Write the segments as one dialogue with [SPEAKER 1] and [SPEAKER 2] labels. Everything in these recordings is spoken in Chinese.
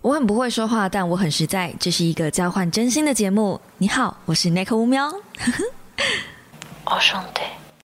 [SPEAKER 1] 我很不会说话，但我很实在。这是一个交换真心的节目。你好，我是 Nick 乌喵。
[SPEAKER 2] 我兄弟，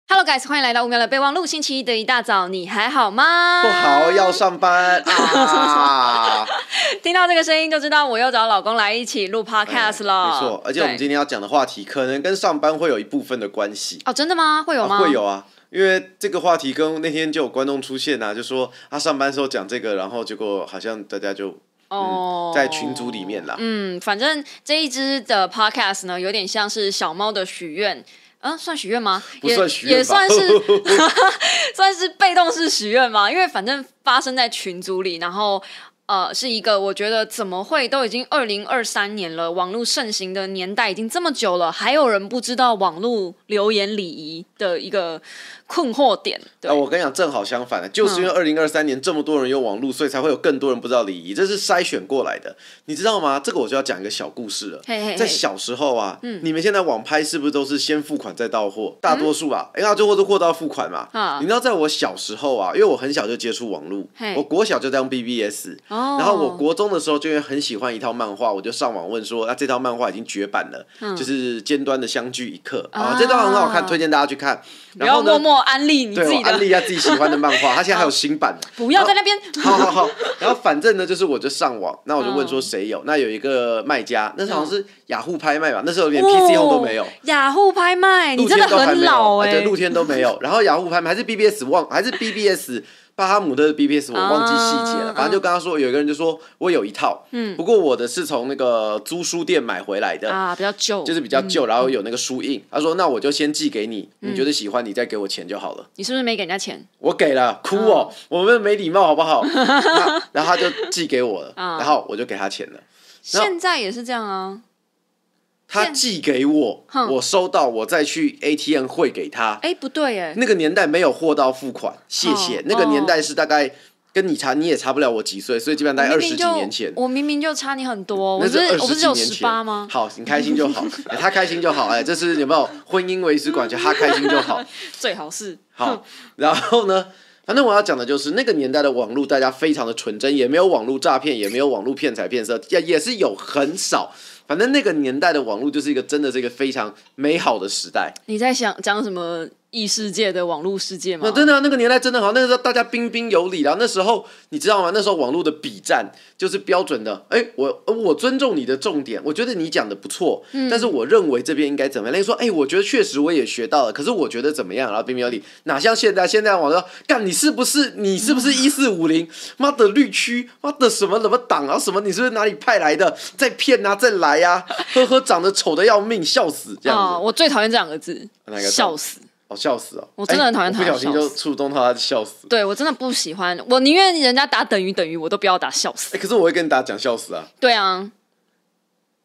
[SPEAKER 1] Hello guys，欢迎来到五秒的备忘录。星期一的一大早，你还好吗？
[SPEAKER 3] 不好，要上班啊！
[SPEAKER 1] 听到这个声音就知道我又找老公来一起录 podcast 了。
[SPEAKER 3] 哎没错，而且我们
[SPEAKER 1] 对
[SPEAKER 3] 今天要讲的话题，可能跟上班会有一部分的关系。
[SPEAKER 1] 哦，真的吗？会有吗？
[SPEAKER 3] 啊会有啊，因为这个话题跟那天就有观众出现啊，就说他上班时候讲这个，然后结果好像大家就
[SPEAKER 1] 哦、
[SPEAKER 3] 嗯在群组里面啦
[SPEAKER 1] 嗯，反正这一支的 podcast 呢，有点像是小猫的许愿。嗯，算许愿吗？
[SPEAKER 3] 不算许
[SPEAKER 1] 也也
[SPEAKER 3] 愿吧
[SPEAKER 1] 算是 算是被动式许愿吗？因为反正发生在群组里，然后呃，是一个我觉得怎么会都已经二零二三年了，网络盛行的年代已经这么久了，还有人不知道网络留言礼仪的一个困惑点。对，
[SPEAKER 3] 啊，我跟你讲，正好相反的，就是
[SPEAKER 1] 嗯
[SPEAKER 3] 因为二零二三年这么多人有网络，所以才会有更多人不知道礼仪，这是筛选过来的，你知道吗？这个我就要讲一个小故事了。
[SPEAKER 1] 嘿嘿嘿嗯
[SPEAKER 3] 在小时候啊，你们现在网拍是不是都是先付款再到货？大多数啊，因为最后都货到付款嘛。
[SPEAKER 1] 啊
[SPEAKER 3] 你知道，在我小时候啊，因为我很小就接触网络
[SPEAKER 1] 嘿，
[SPEAKER 3] 我国小就在用 BBS，
[SPEAKER 1] 哦
[SPEAKER 3] 然后我国中的时候，就因为很喜欢一套漫画，我就上网问说，啊那、这套漫画已经绝版了，就是《尖端的相聚一刻》啊，
[SPEAKER 1] 嗯啊
[SPEAKER 3] 这段很好看，推荐大家去看。
[SPEAKER 1] 不
[SPEAKER 3] 然
[SPEAKER 1] 要
[SPEAKER 3] 后呢
[SPEAKER 1] 默？默安利你
[SPEAKER 3] 对，
[SPEAKER 1] 自己
[SPEAKER 3] 我安利
[SPEAKER 1] 的，
[SPEAKER 3] 一下自己喜欢的漫 画，它现在还有新版的。
[SPEAKER 1] 不要在那边。
[SPEAKER 3] 好好好，然后反正呢，就是我就上网，那我就问说谁
[SPEAKER 1] 嗯
[SPEAKER 3] 有，那有一个卖家，那时候好像是雅虎拍卖吧，那时候连 PC 用都没有
[SPEAKER 1] 哦，雅虎拍卖，你
[SPEAKER 3] 露
[SPEAKER 1] 真的
[SPEAKER 3] 天都还
[SPEAKER 1] 很
[SPEAKER 3] 没
[SPEAKER 1] 老
[SPEAKER 3] 有，啊
[SPEAKER 1] 哎、
[SPEAKER 3] 对，露天都 没有。然后雅虎拍卖还是 BBS 忘，还是 BBS 巴哈姆特的 BBS，我忘记细节
[SPEAKER 1] 啊
[SPEAKER 3] 了。反正就跟他说，有一个人就说我有一套，嗯，不过我的是从那个租书店买回来的，
[SPEAKER 1] 啊，比嗯较旧，
[SPEAKER 3] 就是比较旧，然后有那个书印。他说那我就先寄给你，你
[SPEAKER 1] 嗯
[SPEAKER 3] 觉得喜欢你再给我钱就好了。
[SPEAKER 1] 你是不是没给人家钱？
[SPEAKER 3] 我给了，哭哦，
[SPEAKER 1] 嗯
[SPEAKER 3] 我们没礼貌好不 好？那然后他就寄给我了，
[SPEAKER 1] 啊
[SPEAKER 3] 然后我就给他钱了。然后
[SPEAKER 1] 现在也是这样啊，
[SPEAKER 3] 他寄给我，
[SPEAKER 1] 哼
[SPEAKER 3] 我收到，我再去 ATM 汇给他。
[SPEAKER 1] 哎、不对哎、
[SPEAKER 3] 那个年代没有货到付款，谢谢。
[SPEAKER 1] 哦
[SPEAKER 3] 那个年代是大概跟你差你也差不了我几岁，所以基本上在
[SPEAKER 1] 我
[SPEAKER 3] 二
[SPEAKER 1] 明
[SPEAKER 3] 十
[SPEAKER 1] 明
[SPEAKER 3] 几
[SPEAKER 1] 就
[SPEAKER 3] 年前。
[SPEAKER 1] 我明明就差你很多，我
[SPEAKER 3] 那
[SPEAKER 1] 不
[SPEAKER 3] 是
[SPEAKER 1] 是
[SPEAKER 3] 二
[SPEAKER 1] 我不
[SPEAKER 3] 十
[SPEAKER 1] 是
[SPEAKER 3] 几
[SPEAKER 1] 只有
[SPEAKER 3] 年
[SPEAKER 1] 十
[SPEAKER 3] 前，
[SPEAKER 1] 八吗？
[SPEAKER 3] 好，你开心 就好，哎他开心就好，哎，这是有没有婚姻维持管教？他开心就好。
[SPEAKER 1] 最好是
[SPEAKER 3] 好，然后呢，反正我要讲的就是那个年代的网络，大家非常的纯真，也没有网络诈骗，也没有网络骗财骗色，也也是有很少。反正那个年代的网络就是一个真的是一个非常美好的时代。
[SPEAKER 1] 你在想讲什么异世界的网络世界吗？
[SPEAKER 3] 那真的啊、那个年代真的好，那个时候大家彬彬有礼，然后那时候你知道吗？那时候网络的比战就是标准的，哎、我呃我尊重你的重点，我觉得你讲的不错，
[SPEAKER 1] 嗯
[SPEAKER 3] 但是我认为这边应该怎么样？那个说，哎、我觉得确实我也学到了，可是我觉得怎么样？啊然后彬彬有礼，哪像现在现在网络，干你是不是你是不是一四五零？妈的绿区，妈的什么什么党啊什么？你是不是哪里派来的？再骗啊，再来 呀、啊！呵呵，长得丑的要命，笑死这样子。
[SPEAKER 1] 啊，我最讨厌这两个字，
[SPEAKER 3] 哪个字
[SPEAKER 1] 笑死！
[SPEAKER 3] 哦，笑死哦！
[SPEAKER 1] 我真的很讨厌
[SPEAKER 3] 哎
[SPEAKER 1] 他
[SPEAKER 3] 我不小心
[SPEAKER 1] 笑
[SPEAKER 3] 就
[SPEAKER 1] 死
[SPEAKER 3] 触动到他的笑死。
[SPEAKER 1] 对我真的不喜欢，我宁愿人家打等于等于，我都不要打笑死。
[SPEAKER 3] 欸可是我会跟大家讲笑死啊！
[SPEAKER 1] 对啊，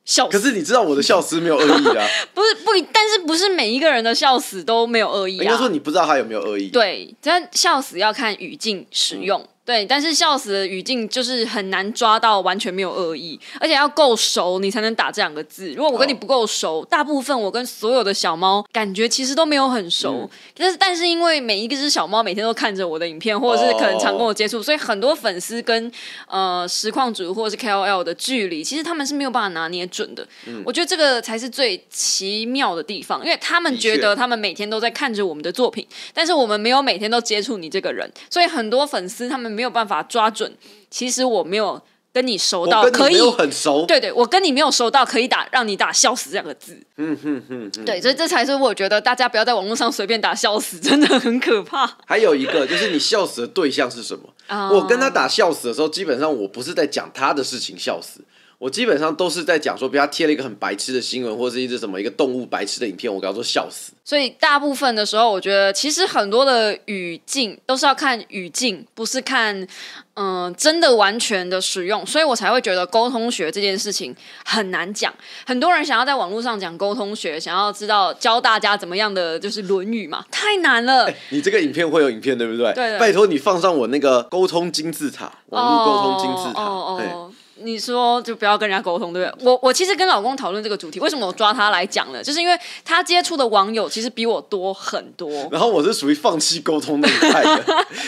[SPEAKER 1] 笑
[SPEAKER 3] 可
[SPEAKER 1] 死
[SPEAKER 3] 是你知道我的笑死没有恶意 啊，
[SPEAKER 1] 不是不一，但是不是每一个人的笑死都没有恶意
[SPEAKER 3] 应
[SPEAKER 1] 啊
[SPEAKER 3] 该？说你不知道他有没有恶意。，
[SPEAKER 1] 对，但笑死要看语境使用。对，但是笑死的语境就是很难抓到完全没有恶意，而且要够熟你才能打这两个字。如果我跟你
[SPEAKER 3] 哦
[SPEAKER 1] 不够熟，大部分我跟所有的小猫感觉其实都没有很熟，但是但是因为每一个只小猫每天都看着我的影片，或者是可能常跟我接触，所以很多粉丝跟呃实况主或者是 KOL 的距离，其实他们是没有办法拿捏准的。
[SPEAKER 3] 嗯
[SPEAKER 1] 我觉得这个才是最奇妙的地方，因为他们
[SPEAKER 3] 的
[SPEAKER 1] 觉
[SPEAKER 3] 确
[SPEAKER 1] 得他们每天都在看着我们的作品，但是我们没有每天都接触你这个人，所以很多粉丝他们没有办法抓准。其实我没有跟你熟到
[SPEAKER 3] 我跟
[SPEAKER 1] 可
[SPEAKER 3] 你
[SPEAKER 1] 以
[SPEAKER 3] 没，有很熟。
[SPEAKER 1] 对对，我跟你没有熟到可以打让你打笑死这两个字。
[SPEAKER 3] 嗯哼哼哼。
[SPEAKER 1] 对，所以这才是我觉得大家不要在网络上随便打笑死，真的很可怕。
[SPEAKER 3] 还有一个就是你笑死的对象是什 么？
[SPEAKER 1] 啊
[SPEAKER 3] 我跟他打笑死的时候，基本上我不是在讲他的事情笑死，我基本上都是在讲说，比如他贴了一个很白痴的新闻，或者是一只什么一个动物白痴的影片，我跟他说笑死。
[SPEAKER 1] 所以大部分的时候，我觉得其实很多的语境都是要看语境，不是看嗯、真的完全的使用，所以我才会觉得沟通学这件事情很难讲。很多人想要在网络上讲沟通学，想要知道教大家怎么样的就是《论语》嘛，太难了。
[SPEAKER 3] 你这个影片会有影片对不对？
[SPEAKER 1] 对的
[SPEAKER 3] 拜托你放上我那个沟通金字塔，网络沟通金字
[SPEAKER 1] 哦哦
[SPEAKER 3] 塔。
[SPEAKER 1] 哦
[SPEAKER 3] 对。
[SPEAKER 1] 哦你说就不要跟人家沟通，对不对？我我其实跟老公讨论这个主题，为什么我抓他来讲呢？就是因为他接触的网友其实比我多很多。
[SPEAKER 3] 然后我是属于放弃沟通那一派的，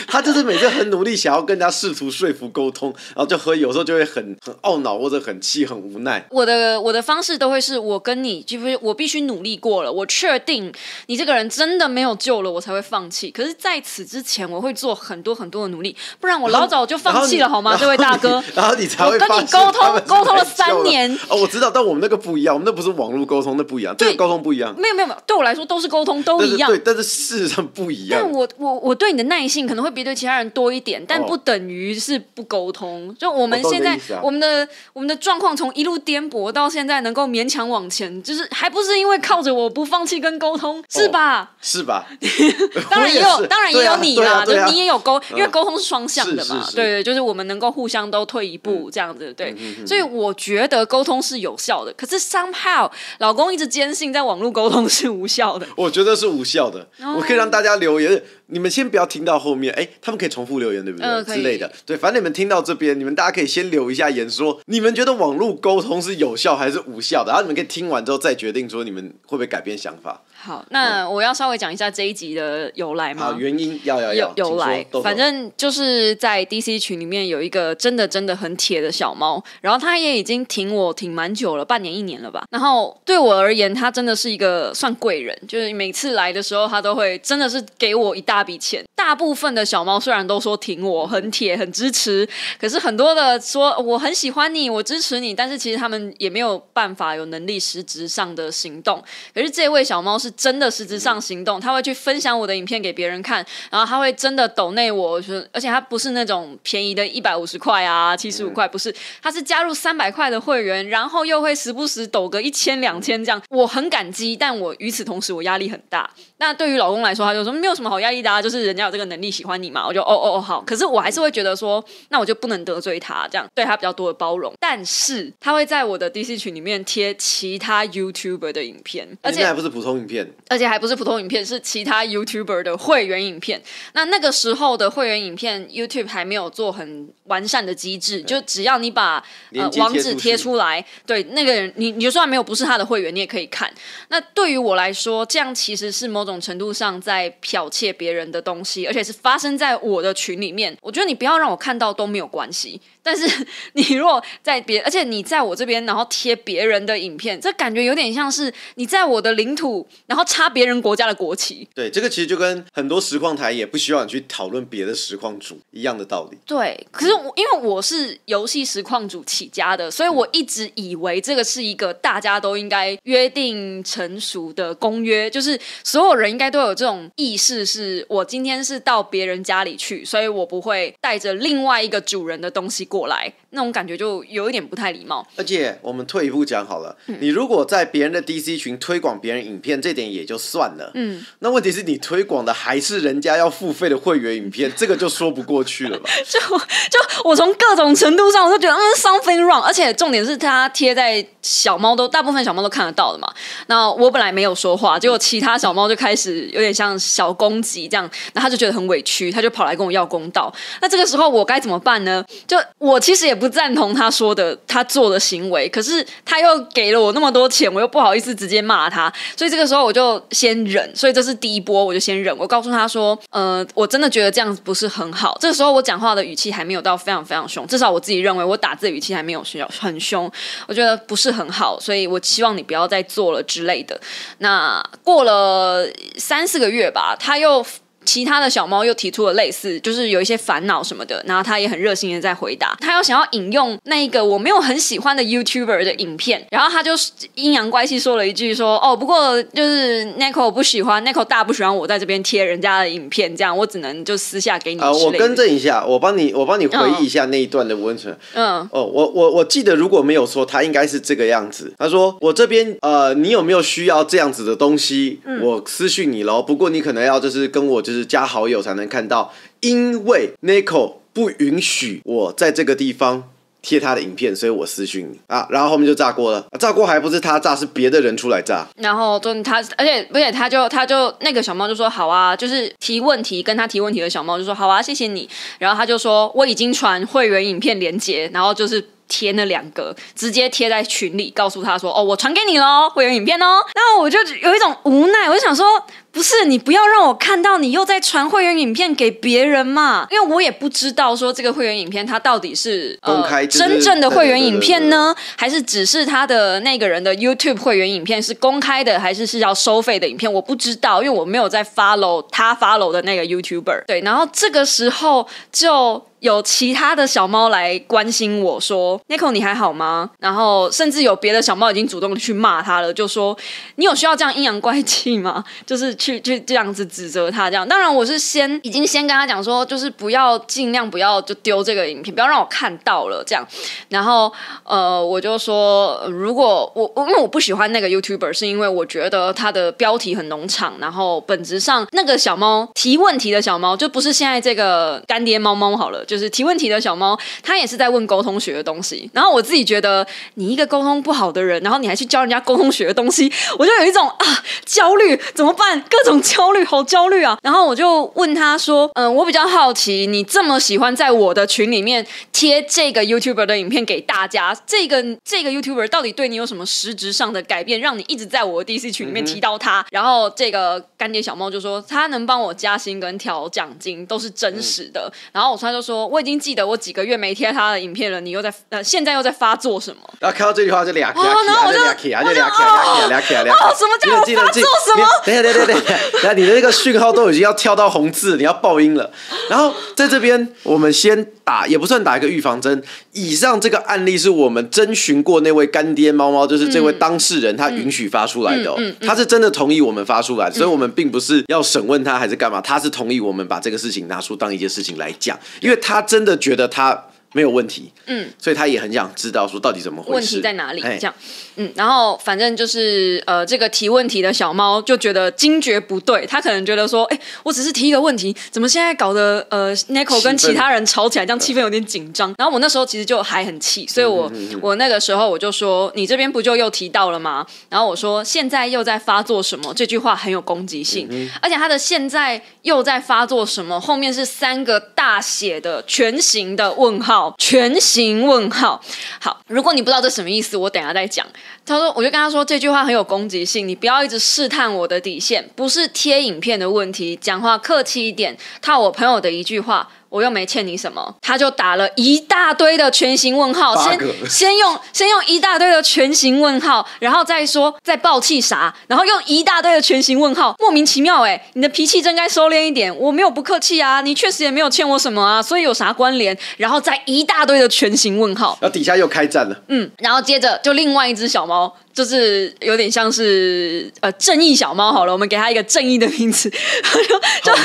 [SPEAKER 3] 他就是每次很努力想要跟人家试图说服沟通，然后就和有时候就会很很懊恼或者很气很无奈。
[SPEAKER 1] 我的我的方式都会是我跟你，就是我必须努力过了，我确定你这个人真的没有救了，我才会放弃。可是在此之前，我会做很多很多的努力，不然我老早就放弃了，好吗？
[SPEAKER 3] 然
[SPEAKER 1] 这
[SPEAKER 3] 后
[SPEAKER 1] 位
[SPEAKER 3] 你
[SPEAKER 1] 大哥，
[SPEAKER 3] 然后你才会
[SPEAKER 1] 我跟你
[SPEAKER 3] 发现
[SPEAKER 1] 沟通
[SPEAKER 3] 他们是
[SPEAKER 1] 沟通了
[SPEAKER 3] 来救
[SPEAKER 1] 三年
[SPEAKER 3] 哦，我知道，但我们那个不一样，我们那不是网络沟通，那不一样，这
[SPEAKER 1] 对
[SPEAKER 3] 个沟通不一样，
[SPEAKER 1] 没有没有没有，对我来说都是沟通，都
[SPEAKER 3] 但是
[SPEAKER 1] 一样
[SPEAKER 3] 对，。但是事实上不一样
[SPEAKER 1] 但。我我我对你的耐性可能会比对其他人多一点，但不等于是不沟通。就我们
[SPEAKER 3] 我懂你
[SPEAKER 1] 现
[SPEAKER 3] 的
[SPEAKER 1] 在
[SPEAKER 3] 意思啊
[SPEAKER 1] 我们的我们的状况从一路颠簸到现在能够勉强往前，就是还不是因为靠着我不放弃跟沟
[SPEAKER 3] 哦
[SPEAKER 1] 通，是吧？
[SPEAKER 3] 是吧？
[SPEAKER 1] 当然也
[SPEAKER 3] 我
[SPEAKER 1] 有，
[SPEAKER 3] 是
[SPEAKER 1] 当然也
[SPEAKER 3] 对啊
[SPEAKER 1] 有你
[SPEAKER 3] 对啊
[SPEAKER 1] 啦，就
[SPEAKER 3] 对啊
[SPEAKER 1] 你也有沟，因为沟通是双向的
[SPEAKER 3] 是
[SPEAKER 1] 嘛
[SPEAKER 3] 是，是嗯
[SPEAKER 1] 对对，就是我们能够互相都退一步这样子，对。所以我觉得沟通是有效的，可是 somehow 老公一直坚信在网络沟通是无效的。
[SPEAKER 3] 我觉得是无效的。
[SPEAKER 1] 哦
[SPEAKER 3] 我可以让大家留言，你们先不要听到后面，哎、他们可以重复留言，对不对？
[SPEAKER 1] 嗯可以
[SPEAKER 3] 之类的，对，反正你们听到这边，你们大家可以先留一下言说，你们觉得网络沟通是有效还是无效的，然后你们可以听完之后再决定说你们会不会改变想法。
[SPEAKER 1] 好，那我要稍微讲一下这一集的由来吗
[SPEAKER 3] 好，？原因要要
[SPEAKER 1] 有
[SPEAKER 3] 要
[SPEAKER 1] 啊有来
[SPEAKER 3] 请说豆，豆
[SPEAKER 1] 反正就是在 DC 群里面有一个真的真的很铁的小猫，然后它也已经挺我挺蛮久了，半年一年了吧。然后对我而言，它真的是一个算贵人，就是每次来的时候，它都会真的是给我一大笔钱。大部分的小猫虽然都说挺我很铁很支持，可是很多的说呃我很喜欢你，我支持你，但是其实他们也没有办法有能力实质上的行动。可是这位小猫是真的实质上行动，它会去分享我的影片给别人看，然后它会真的抖内我，就是而且它不是那种便宜的一百五十块啊、七十五块，不是，它是加入三百块的会员，然后又会时不时抖个一千、两千这样。我很感激，但我与此同时我压力很大。那对于老公来说，他就说没有什么好压力的、啊，就是人家有这个能力喜欢你嘛，我就哦哦哦好。可是我还是会觉得说，那我就不能得罪他，这样对他比较多的包容。但是他会在我的 DC 群里面贴其他 YouTuber 的影片，而且
[SPEAKER 3] 那还不是普通影片，
[SPEAKER 1] 而且还不是普通影片，是其他 YouTuber 的会员影片。那那个时候的会员影片，YouTube 还没有做很完善的机制，就只要你把呃
[SPEAKER 3] 连接
[SPEAKER 1] 网
[SPEAKER 3] 贴
[SPEAKER 1] 址
[SPEAKER 3] 出
[SPEAKER 1] 贴
[SPEAKER 3] 去
[SPEAKER 1] 出来，对那个人，你你就算没有不是他的会员，你也可以看。那对于我来说，这样其实是某种程度上在剽窃别人的东西，而且是发生在我的群里面。我觉得你不要让我看到都没有关系，但是你如果在别，而且你在我这边，然后贴别人的影片，这感觉有点像是你在我的领土，然后插别人国家的国旗。
[SPEAKER 3] 对，这个其实就跟很多实况台也不希望你去讨论别的实况主一样的道理。
[SPEAKER 1] 对，可是我因为我是游戏实况组起家的，所以我一直以为这个是一个大家都应该约定成熟的公约，就是所有人应该都有这种意识，是我今天是到别人家里去，所以我不会带着另外一个主人的东西过来，那种感觉就有一点不太礼貌。
[SPEAKER 3] 而且我们退一步讲好了，
[SPEAKER 1] 嗯
[SPEAKER 3] 你如果在别人的 DC 群推广别人影片，这点也就算了。嗯，那问题是你推广的还是人家要付费的会员影片，这个就说不过去 了吧？
[SPEAKER 1] 就就我从各种程度上，我都觉得嗯，something wrong。而且重点是，它贴在小猫都大部分小猫都看得到的嘛。那我本来没有说话，结果其他小猫就开始有点像小攻击这样，那他就觉得很委屈，他就跑来跟我要公道。那这个时候我该怎么办呢？就我其实也不赞同他说的他做的行为，可是他又给了我那么多钱，我又不好意思直接骂他，所以这个时候我就先忍。所以这是第一波，我就先忍。我告诉他说，呃，我真的觉得这样子不是很好。这个时候我讲话的语气还没有到非常非常凶，至少我自己认为我打字的语气还没有很凶，我觉得不是很好，所以我希望你不要再做了之类的。那过了三四个月吧，他又。其他的小猫又提出了类似，就是有一些烦恼什么的，然后他也很热心的在回答。他又想要引用那一个我没有很喜欢的 YouTuber 的影片，然后他就阴阳怪气说了一句说：“哦，不过就是 Nico 不喜欢 Nico 大不喜欢我在这边贴人家的影片，这样我只能就私下给你之
[SPEAKER 3] 啊、我
[SPEAKER 1] 类的。”
[SPEAKER 3] 更正一下，我帮你，我帮你回忆一下那一段的温存。
[SPEAKER 1] 嗯，
[SPEAKER 3] 哦，我我我记得如果没有说，他应该是这个样子。他说我这边呃，你有没有需要这样子的东西？我私讯你喽。不过你可能要就是跟我就是加好友才能看到，因为 Nico 不允许我在这个地方。贴他的影片，所以我私讯你啊，然后后面就炸锅了。啊炸锅还不是他炸，是别的人出来炸。
[SPEAKER 1] 然后就他，而且而且他就他就那个小猫就说好啊，就是提问题跟他提问题的小猫就说好啊，谢谢你。然后他就说我已经传会员影片连接，然后就是。贴那两个，直接贴在群里，告诉他说：“哦，我传给你喽，会有影片哦。”那我就有一种无奈，我就想说，不是你不要让我看到你又在传会员影片给别人嘛，因为我也不知道说这个会员影片它到底是呃
[SPEAKER 3] 公开就是
[SPEAKER 1] 真正的会员影片
[SPEAKER 3] 对对对对对
[SPEAKER 1] 呢，还是只是他的那个人的 YouTube 会员影片是公开的，还是是要收费的影片？我不知道，因为我没有在 follow 他 follow 的那个 YouTuber。对，然后这个时候就。有其他的小猫来关心我说 n i c o 你还好吗？”然后甚至有别的小猫已经主动去骂他了，就说：“你有需要这样阴阳怪气吗？ 就是去去这样子指责他这样。当然，我是先已经先跟他讲说，就是不要尽量不要就丢这个影片，不要让我看到了这样。然后呃，我就说，呃如果我我因为我不喜欢那个 YouTuber，是因为我觉得他的标题很农场，然后本质上那个小猫提问题的小猫，就不是现在这个干爹猫猫好了，就是提问题的小猫，他也是在问沟通学的东西。然后我自己觉得，你一个沟通不好的人，然后你还去教人家沟通学的东西， 我就有一种啊焦虑，怎么办？各种焦虑，好焦虑啊！然后我就问他说：“嗯，我比较好奇，你这么喜欢在我的群里面贴这个 YouTuber 的影片给大家，这个这个 YouTuber 到底对你有什么实质上的改变，让你一直在我的 DC 群里面提到他？”
[SPEAKER 3] 嗯
[SPEAKER 1] 然后这个干爹小猫就说：“他能帮我加薪跟调奖金，都是真实的。
[SPEAKER 3] 嗯
[SPEAKER 1] 然后我突然就说：“我已经记得我几个月没贴他的影片了，你又在呃现在又在发作什么？”
[SPEAKER 3] 然后看到这句话就俩起来，
[SPEAKER 1] 哦然后我就
[SPEAKER 3] 俩起来，
[SPEAKER 1] 我就
[SPEAKER 3] 俩起来，俩起来，俩起来，俩起来。
[SPEAKER 1] 哦什么叫我
[SPEAKER 3] 你有
[SPEAKER 1] 发
[SPEAKER 3] 记
[SPEAKER 1] 作
[SPEAKER 3] 得
[SPEAKER 1] 什么？
[SPEAKER 3] 你有等一下，等一下，等一下， 等一下，你的那个讯号都已经要跳到红字，你要爆音了。然后在这边，我们先打，也不算打一个预防针。以上这个案例是我们征询过那位干爹猫猫，就是这位当
[SPEAKER 1] 嗯
[SPEAKER 3] 事人，他允许发出来的、哦他是真的同意我们发出来，所以我们并不是要审问他还是干嘛，他是同意我们把这个事情拿出当一件事情来讲，因为他真的觉得他。没有问题，
[SPEAKER 1] 嗯，
[SPEAKER 3] 所以他也很想知道说到底怎么回事，
[SPEAKER 1] 问题在哪里？
[SPEAKER 3] 哎
[SPEAKER 1] 这样，嗯，然后反正就是呃，这个提问题的小猫就觉得惊觉不对，他可能觉得说，哎、我只是提一个问题，怎么现在搞得呃 n i c o 跟
[SPEAKER 3] 气氛嗯
[SPEAKER 1] 其他人吵起来，这样气氛有点紧张。然后我那时候其实就还很气，所以我、
[SPEAKER 3] 嗯
[SPEAKER 1] 我那个时候我就说，你这边不就又提到了吗？然后我说现在又在发作什么？这句话很有攻击性，
[SPEAKER 3] 嗯
[SPEAKER 1] 而且他的现在又在发作什么？后面是三个大写的全形的问号，全形问号。好，如果你不知道这什么意思，我等一下再讲。他说，我就跟他说这句话很有攻击性，你不要一直试探我的底线，不是贴影片的问题，讲话客气一点。套我朋友的一句话。我又没欠你什么，他就打了一大堆的全形问号，
[SPEAKER 3] 八
[SPEAKER 1] 先
[SPEAKER 3] 个
[SPEAKER 1] 先用先用一大堆的全形问号，然后再说再爆气啥，然后用一大堆的全形问号，莫名其妙哎、你的脾气真该收敛一点，我没有不客气啊，你确实也没有欠我什么啊，所以有啥关联？然后再一大堆的全形问号，
[SPEAKER 3] 然后底下又开战了，
[SPEAKER 1] 嗯，然后接着就另外一只小猫，就是有点像是呃正义小猫好了，我们给它一个正义的名字，
[SPEAKER 3] 好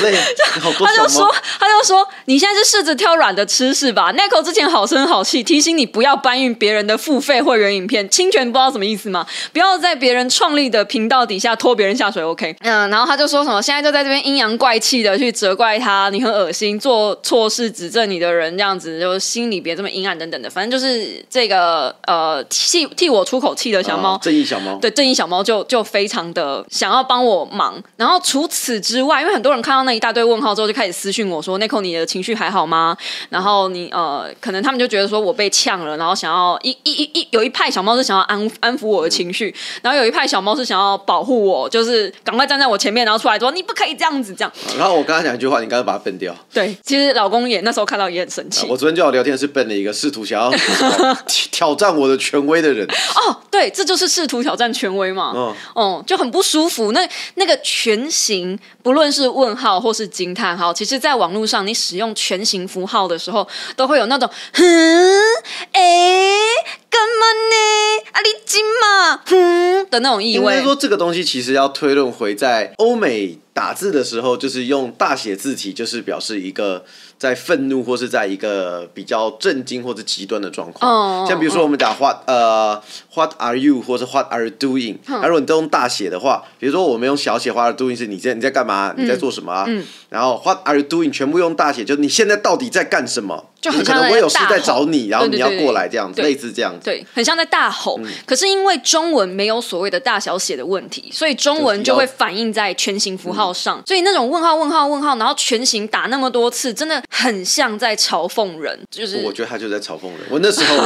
[SPEAKER 3] 累，好多
[SPEAKER 1] 他就
[SPEAKER 3] 小猫啊
[SPEAKER 1] 说，他就说，你现在是试着挑软的吃是吧 n i c o 之前好声好气提醒你不要搬运别人的付费会员影片，侵权不知道什么意思吗？不要在别人创立的频道底下拖别人下水，OK？嗯，然后他就说什么，现在就在这边阴阳怪气的去责怪他，你很恶心，做错事指正你的人这样子，就心里别这么阴暗等等的，反正就是这个呃替替我出口气的小猫
[SPEAKER 3] 啊，正义小猫，
[SPEAKER 1] 对，正义小猫就就非常的想要帮我忙。然后除此之外，因为很多人看到那一大堆问号之后，就开始私讯我说 n i c o 你的情绪还好吗？”然后你呃，可能他们就觉得说我被呛了，然后想要一一一一有一派小猫是想要安安抚我的情绪，然后有一派小猫是想要保护我，就是赶快站在我前面，然后出来说“你不可以这样子”这样。
[SPEAKER 3] 然后我刚刚讲一句话，你刚刚把它笨掉。啊
[SPEAKER 1] 对，其实老公也那时候看到也很生气。
[SPEAKER 3] 我昨天就有聊天是笨了一个试图想要 挑挑战我的权威的人，
[SPEAKER 1] 哦，对，这就是试图挑战权威嘛。
[SPEAKER 3] 嗯
[SPEAKER 1] 哦，就很不舒服。那那个全形，不论是问号或是惊叹号，其实在网络上你使用全形符号的时候，都会有那种“哼，哎、干嘛呢？啊，你金嘛，哼”的那种意
[SPEAKER 3] 因为
[SPEAKER 1] 味。
[SPEAKER 3] 说这个东西其实要推论回在欧美打字的时候，就是用大写字体，就是表示一个在愤怒或是在一个比较震惊或者极端的状
[SPEAKER 1] 哦
[SPEAKER 3] 况。像比如说我们讲 what 呃 what are you 或是 what are you doing，那
[SPEAKER 1] 嗯
[SPEAKER 3] 如果你都用大写的话，比如说我们用小写 what are you doing 是你在你在干嘛，
[SPEAKER 1] 嗯
[SPEAKER 3] 你在做什么啊？然后 what are you doing 全部用大写，就是你现在到底在干什么？
[SPEAKER 1] 就很
[SPEAKER 3] 可
[SPEAKER 1] 像
[SPEAKER 3] 能
[SPEAKER 1] 在
[SPEAKER 3] 我有事
[SPEAKER 1] 大
[SPEAKER 3] 在
[SPEAKER 1] 吼
[SPEAKER 3] 找你，然后
[SPEAKER 1] 对
[SPEAKER 3] 你
[SPEAKER 1] 对
[SPEAKER 3] 要
[SPEAKER 1] 对
[SPEAKER 3] 过
[SPEAKER 1] 对
[SPEAKER 3] 来这样子，
[SPEAKER 1] 对
[SPEAKER 3] 类似这样子。
[SPEAKER 1] 对，很像在大吼。可是因为中文没有所所谓的大小写的问题，所以中文就会反映在全形符
[SPEAKER 3] 嗯
[SPEAKER 1] 号上。所以那种问号、问号、问号，然后全形打那么多次，真的很像在嘲讽人，就是
[SPEAKER 3] 我觉得他就在嘲讽人。我那 时候，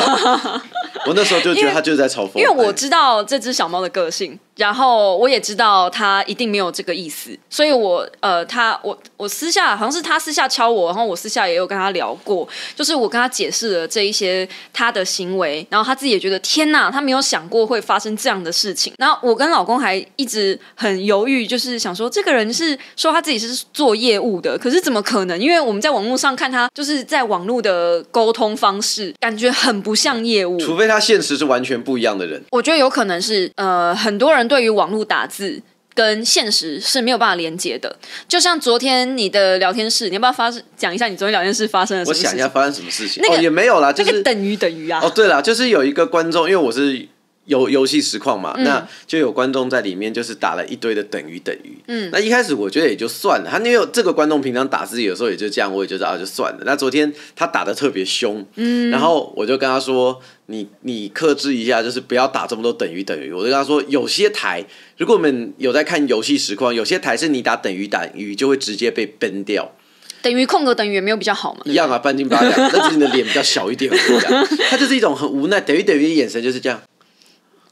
[SPEAKER 3] 我那时候就觉得他就是在嘲讽人，哎
[SPEAKER 1] 因为我知道这只小猫的个性，然后我也知道它一定没有这个意思，所以我呃，他我我私下好像是他私下敲我，然后我私下也有跟他聊过，就是我跟他解释了这一些他的行为，然后他自己也觉得天呐，他没有想过会发生这样的事情。然后我跟老公还一直很犹豫，就是想说这个人是说他自己是做业务的，可是怎么可能？因为我们在网络上看他，就是在网络的沟通方式，感觉很不像业务。
[SPEAKER 3] 除非他现实是完全不一样的人。
[SPEAKER 1] 我觉得有可能是呃，很多人对于网络打字跟现实是没有办法连接的。就像昨天你的聊天室，你要不要发讲一下你昨天聊天室发生了什
[SPEAKER 3] 我
[SPEAKER 1] 么事情？
[SPEAKER 3] 想一下发生什么事情，
[SPEAKER 1] 那个
[SPEAKER 3] 哦，也没有啦，就
[SPEAKER 1] 那
[SPEAKER 3] 是
[SPEAKER 1] 个等于等于啊，
[SPEAKER 3] 哦，对了，就是有一个观众，因为我是游游戏实况嘛，
[SPEAKER 1] 嗯
[SPEAKER 3] 那就有观众在里面就是打了一堆的等于等于。
[SPEAKER 1] 嗯
[SPEAKER 3] 那一开始我觉得也就算了，他因为这个观众平常打字有时候也就这样，我也觉得啊就算了。那昨天他打的特别凶，嗯，然后我就跟他说。你你克制一下，就是不要打这么多等于等于。我就跟他说，有些台，如果我们有在看游戏实况，有些台是你打等于等于就会直接被崩掉。
[SPEAKER 1] 等于空格等于也没有比较好嘛。
[SPEAKER 3] 一样啊，半斤八两，但是你的脸比较小一点而已啊。他就是一种很无奈，等于等于的眼神就是这样。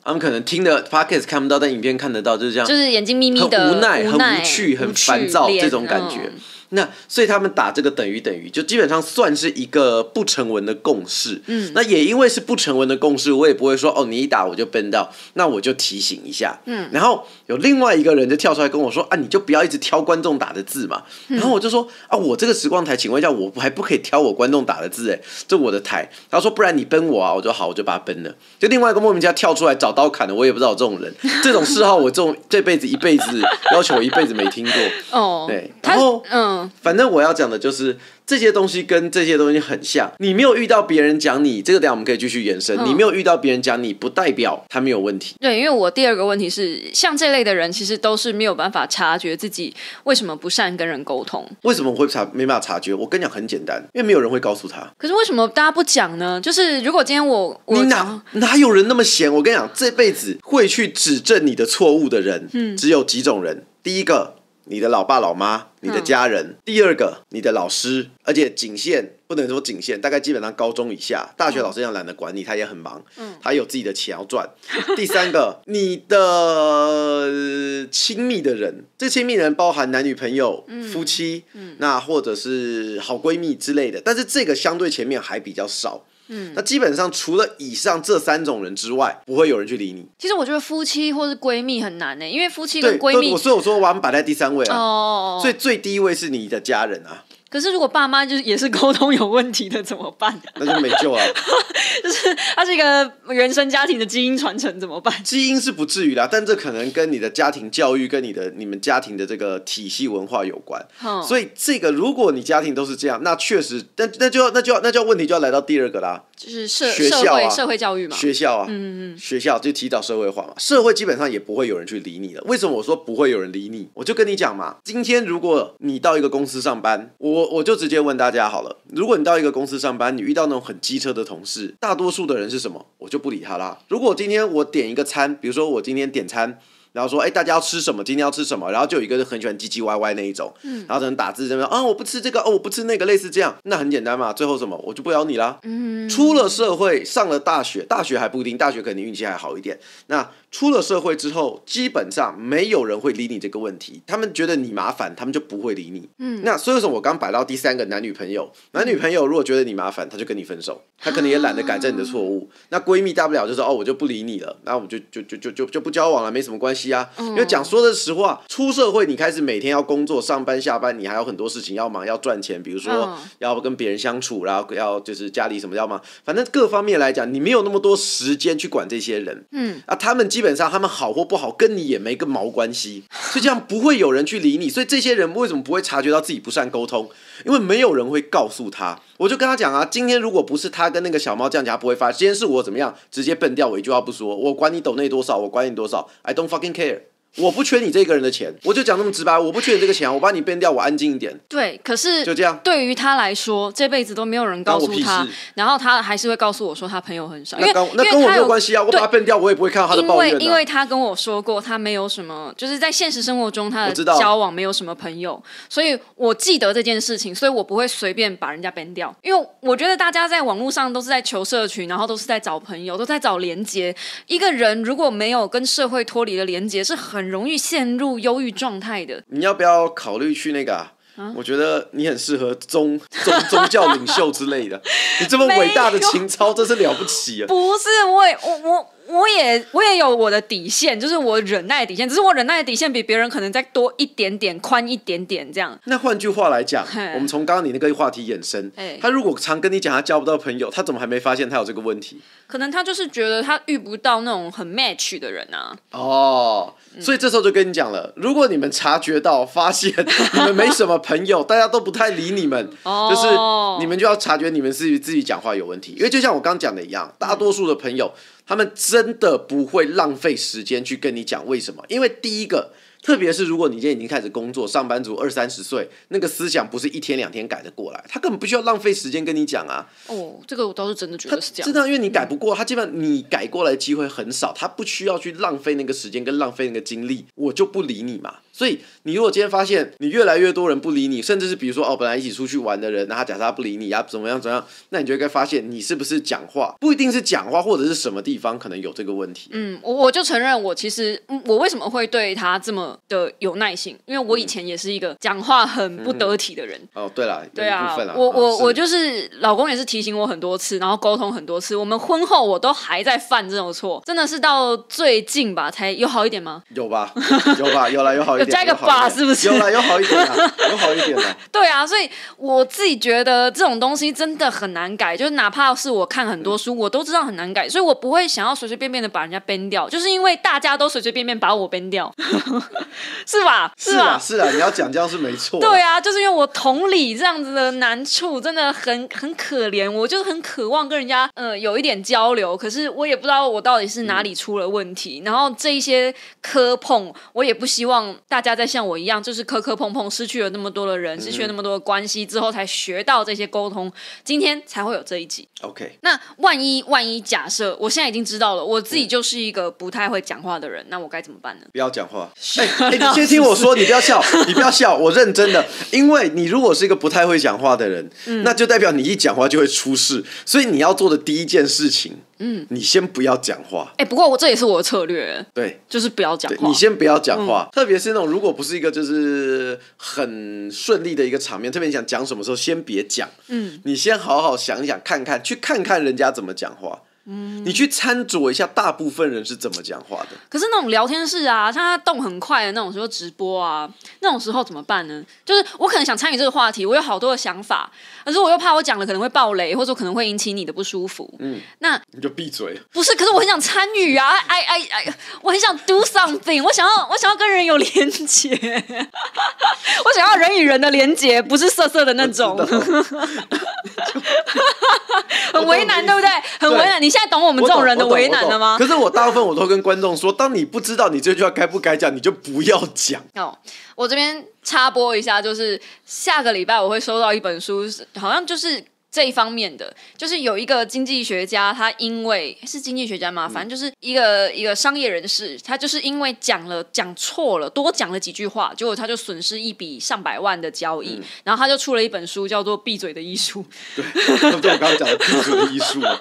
[SPEAKER 3] 他们可能听的 podcast 看不到，但影片看得到，就是这样
[SPEAKER 1] 就。是眼睛眯眯的，
[SPEAKER 3] 啊很无奈很
[SPEAKER 1] 无
[SPEAKER 3] 无趣很
[SPEAKER 1] 无
[SPEAKER 3] 烦躁
[SPEAKER 1] 脸
[SPEAKER 3] 这种感觉
[SPEAKER 1] 嗯
[SPEAKER 3] 那所以他们打这个等于等于，就基本上算是一个不成文的共识。嗯，那也因为是不成文的共识，我也不会说哦，你一打我就笨到， 那我就提醒一下。嗯，然后有另外一个人就跳出来跟我说啊，你就不要一直挑观众打的字嘛。然后我就说啊，我这个时光台，请问一下，我还不可以挑我观众打的字哎，这我的台。他说不然你崩我啊，我就好，我就把他崩了。就另外一个莫名其妙跳出来找刀砍的，我也不知道有这种人，这种嗜好我这种这辈子一辈子要求我一辈子没听过。
[SPEAKER 1] 哦，
[SPEAKER 3] 对
[SPEAKER 1] 他
[SPEAKER 3] 然后
[SPEAKER 1] 嗯，
[SPEAKER 3] 反正我要讲的就是这些东西跟这些东西很像。你没有遇到别人讲你这个，等一下我们可以继续延伸。
[SPEAKER 1] 嗯
[SPEAKER 3] 你没有遇到别人讲你，不代表他没有问题。
[SPEAKER 1] 对，因为我第二个问题是，像这类的人其实都是没有办法察觉自己为什么不善跟人沟通。
[SPEAKER 3] 为什么我会察没办法察觉？我跟你讲很简单，因为没有人会告诉他。
[SPEAKER 1] 可是为什么大家不讲呢？就是如果今天我我
[SPEAKER 3] 你哪哪有人那么闲？我跟你讲，这辈子会去指正你的错误的人，
[SPEAKER 1] 嗯
[SPEAKER 3] 只有几种人。第一个，你的老爸老妈，
[SPEAKER 1] 嗯
[SPEAKER 3] 你的家人；第二个，你的老师，而且仅限不能说仅限，大概基本上高中以下，大学老师也懒得管你，他也很忙，
[SPEAKER 1] 嗯
[SPEAKER 3] 他有自己的钱要赚。第三个，你的呃亲密的人，这亲密人包含男女朋友、
[SPEAKER 1] 嗯
[SPEAKER 3] 夫妻，那或者是好闺蜜之类的，但是这个相对前面还比较少。
[SPEAKER 1] 嗯
[SPEAKER 3] 那基本上除了以上这三种人之外，不会有人去理你。
[SPEAKER 1] 其实我觉得夫妻或是闺蜜很难呢、欸因为夫妻
[SPEAKER 3] 对，
[SPEAKER 1] 跟闺蜜
[SPEAKER 3] 我所以我说我把它摆在第三位啊，
[SPEAKER 1] 哦，
[SPEAKER 3] 所以最低位是你的家人啊，
[SPEAKER 1] 可是如果爸妈就是也是沟通有问题的怎么办？
[SPEAKER 3] 那就没救了。
[SPEAKER 1] 就是他是一个原生家庭的基因传承怎么办？
[SPEAKER 3] 基因是不至于啦，啊但这可能跟你的家庭教育、跟你的你们家庭的这个体系文化有关。
[SPEAKER 1] 嗯
[SPEAKER 3] 所以这个，如果你家庭都是这样，那确实，但那就要那就要那就要问题就要来到第二个啦，
[SPEAKER 1] 嗯就是社
[SPEAKER 3] 学
[SPEAKER 1] 社
[SPEAKER 3] 校啊
[SPEAKER 1] 会社会教育嘛，
[SPEAKER 3] 学校啊，嗯嗯，学校就提早社会化嘛，社会基本上也不会有人去理你了。为什么我说不会有人理你？我就跟你讲嘛，今天如果你到一个公司上班，我我就直接问大家好了，如果你到一个公司上班，你遇到那种很机车的同事，大多数的人是什么？我就不理他啦。如果今天我点一个餐，比如说我今天点餐。然后说，哎，大家要吃什么？今天要吃什么？然后就有一个很喜欢唧唧歪歪那一种，嗯、然后可能打字这边啊，我不吃这个，哦，我不吃那个，类似这样，那很简单嘛。最后什么，我就不聊你啦。出了社会，上了大学，大学还不一定，大学可能运气还好一点。那出了社会之后，基本上没有人会理你这个问题，他们觉得你麻烦，他们就不会理你。嗯，那所以说我刚摆到第三个男女朋友，男女朋友如果觉得你麻烦，他就跟你分手，他可能也懒得改正你的错误。那闺蜜大不了就是哦，我就不理你了，那我们就就就就就就不交往了，没什么关系啊。因为讲说的实话，出社会你开始每天要工作，上班下班，你还有很多事情要忙，要赚钱，比如说
[SPEAKER 1] 嗯
[SPEAKER 3] 要跟别人相处，然后要就是家里什么要忙，反正各方面来讲，你没有那么多时间去管这些人。
[SPEAKER 1] 嗯，
[SPEAKER 3] 啊，他们基本上他们好或不好，跟你也没个毛 关系，所以这样不会有人去理你。所以这些人为什么不会察觉到自己不善沟通？因为没有人会告诉他。我就跟他讲啊，今天如果不是他跟那个小猫这样讲，他不会发。今天是我怎么样，直接笨掉，我一句话不说，我管你抖内多少，我管你多少，I don't fucking care。我不缺你这个人的钱，我就讲那么直白，我不缺你这个钱，我帮你变掉，我安静一点，
[SPEAKER 1] 对，可是
[SPEAKER 3] 就这样。
[SPEAKER 1] 对于他来说，这辈子都没有人告
[SPEAKER 3] 关我
[SPEAKER 1] 诉
[SPEAKER 3] 屁事
[SPEAKER 1] 他，然后他还是会告诉我说他朋友很少，因
[SPEAKER 3] 那
[SPEAKER 1] 为
[SPEAKER 3] 跟
[SPEAKER 1] 因
[SPEAKER 3] 那跟
[SPEAKER 1] 为
[SPEAKER 3] 我
[SPEAKER 1] 他
[SPEAKER 3] 没
[SPEAKER 1] 有
[SPEAKER 3] 有关系啊，我把他变掉，我也不会看到他的
[SPEAKER 1] 因
[SPEAKER 3] 抱
[SPEAKER 1] 为
[SPEAKER 3] 怨、啊。
[SPEAKER 1] 因为他跟我说过，他没有什么，就是在现实生活中他
[SPEAKER 3] 我知
[SPEAKER 1] 的
[SPEAKER 3] 道
[SPEAKER 1] 交往没有什么朋友，所以我记得这件事情，所以我不会随便把人家 ban 掉，因为我觉得大家在网络上都是在求社群，然后都是在找朋友，都在找连接。一个人如果没有跟社会脱离的连接，是很容易陷入忧郁状态的。
[SPEAKER 3] 你要不要考虑去那个、啊？我觉得你很适合宗 宗宗教领袖之类的，你这么伟大的
[SPEAKER 1] 没有
[SPEAKER 3] 情操，真是了不起 啊！
[SPEAKER 1] 不是，我也我我。我也我也有我的底线，就是我忍耐的底线，只是我忍耐的底线比别人可能再多一点点、宽一点点这样。
[SPEAKER 3] 那换句话来讲
[SPEAKER 1] 嘿，
[SPEAKER 3] 我们从刚刚你那个话题衍生
[SPEAKER 1] 哎，
[SPEAKER 3] 他如果常跟你讲他交不到朋友，他怎么还没发现他有这个问题？
[SPEAKER 1] 可能他就是觉得他遇不到那种很 match 的人啊。
[SPEAKER 3] 哦，所以这时候就跟你讲了，如果你们察觉到、发现你们没什么朋友，大家都不太理你们，
[SPEAKER 1] 哦
[SPEAKER 3] 就是你们就要察觉你们自己自己讲话有问题，因为就像我刚讲的一样，大多数的朋友他们真的不会浪费时间去跟你讲为什么，因为第一个。特别是如果你现在已经开始工作，上班族二三十岁，那个思想不是一天两天改得过来，他根本不需要浪费时间跟你讲啊。
[SPEAKER 1] 哦，这个我倒是真的觉
[SPEAKER 3] 他
[SPEAKER 1] 得是这
[SPEAKER 3] 真
[SPEAKER 1] 样。
[SPEAKER 3] 的，因为你改不过，他基本上你改过来的机会很少，他不需要去浪费那个时间跟浪费那个精力，我就不理你嘛。所以你如果今天发现你越来越多人不理你，甚至是比如说哦，本来一起出去玩的人，那他假设他不理你啊，怎么样怎么样，那你就该发现你是不是讲话不一定是讲话，或者是什么地方可能有这个问题。
[SPEAKER 1] 嗯，我我就承认，我其实、嗯、我为什么会对他这么的有耐心，因为我以前也是一个讲话很不得体的人。
[SPEAKER 3] 哦，对了，有
[SPEAKER 1] 对
[SPEAKER 3] 一
[SPEAKER 1] 啊
[SPEAKER 3] 部分啦，
[SPEAKER 1] 我我
[SPEAKER 3] 是
[SPEAKER 1] 我就是老公也是提醒我很多次，然后沟通很多次，我们婚后我都还在犯这种错，真的是到最近吧才有好一点吗？
[SPEAKER 3] 有吧，有吧，有啦，有好一点，
[SPEAKER 1] 有加一个
[SPEAKER 3] 好一
[SPEAKER 1] 吧
[SPEAKER 3] 点
[SPEAKER 1] 是不是
[SPEAKER 3] 有啦，有好一点啦，有好一点啦。
[SPEAKER 1] 对啊，所以我自己觉得这种东西真的很难改，就是哪怕是我看很多书，我都知道很难改，所以我不会想要随随便便的把人家 ban 掉，就是因为大家都随随便便把我 ban 掉， 是吧？
[SPEAKER 3] 是啊，
[SPEAKER 1] 吧？
[SPEAKER 3] 是啊，你要讲这样是没错啦。
[SPEAKER 1] 对啊，就是因为我同理这样子的难处，真的很很可怜。我就是很渴望跟人家呃有一点交流，可是我也不知道我到底是哪里出了问题。然后这一些磕碰，我也不希望大家再像我一样，就是磕磕碰碰，失去了那么多的人，失去了那么多的关系之后，才学到这些沟通，今天才会有这一集。
[SPEAKER 3] OK，
[SPEAKER 1] 那万一万一假设我现在已经知道了，我自己就是一个不太会讲话的人，那我该怎么办呢？
[SPEAKER 3] 不要讲话。哎、哎你先听我说，你不要笑，你不要笑，我认真的。因为你如果是一个不太会讲话的人，那就代表你一讲话就会出事。所以你要做的第一件事情，嗯，你先不要讲话。
[SPEAKER 1] 哎、不过我这也是我的策略，
[SPEAKER 3] 对，
[SPEAKER 1] 就是不要讲
[SPEAKER 3] 对
[SPEAKER 1] 话。
[SPEAKER 3] 你先不要讲话，特别是那种如果不是一个就是很顺利的一个场面，特别你想讲什么时候，先别讲。嗯，你先好好想一想，看看，去看看人家怎么讲话。嗯，你去参酌一下，大部分人是怎么讲话的。
[SPEAKER 1] 可是那种聊天室啊，像他动很快的那种时候直播啊，那种时候怎么办呢？就是我可能想参与这个话题，我有好多的想法，可是我又怕我讲了可能会爆雷，或者可能会引起你的不舒服。嗯，那
[SPEAKER 3] 你就闭嘴。
[SPEAKER 1] 不是，可是我很想参与啊，哎哎哎，我很想 do something，我想要我想要跟人有连接， 我想要人与人的连接，不是色色的那种
[SPEAKER 3] 我，知道
[SPEAKER 1] 很为难，对不对？很为难。你现在懂我们
[SPEAKER 3] 我
[SPEAKER 1] 这
[SPEAKER 3] 懂
[SPEAKER 1] 种人的
[SPEAKER 3] 我懂
[SPEAKER 1] 为
[SPEAKER 3] 我
[SPEAKER 1] 难
[SPEAKER 3] 懂
[SPEAKER 1] 了吗？
[SPEAKER 3] 可是我大部分我都跟观众说，当你不知道你这句话该不该讲，你就不要 讲。
[SPEAKER 1] 哦，我这边插播一下，就是下个礼拜我会收到一本书，是好像就是这一方面的，就是有一个经济学家，他因为是经济学家
[SPEAKER 3] 嗯
[SPEAKER 1] 嘛，反正就是一个一个商业人士，他就是因为讲了讲错了，多讲了几句话，结果他就损失一笔上百万的交
[SPEAKER 3] 嗯
[SPEAKER 1] 易，然后他就出了一本书，叫做《闭嘴的艺术
[SPEAKER 3] 对，就我刚刚讲的技术的艺术嘛，》，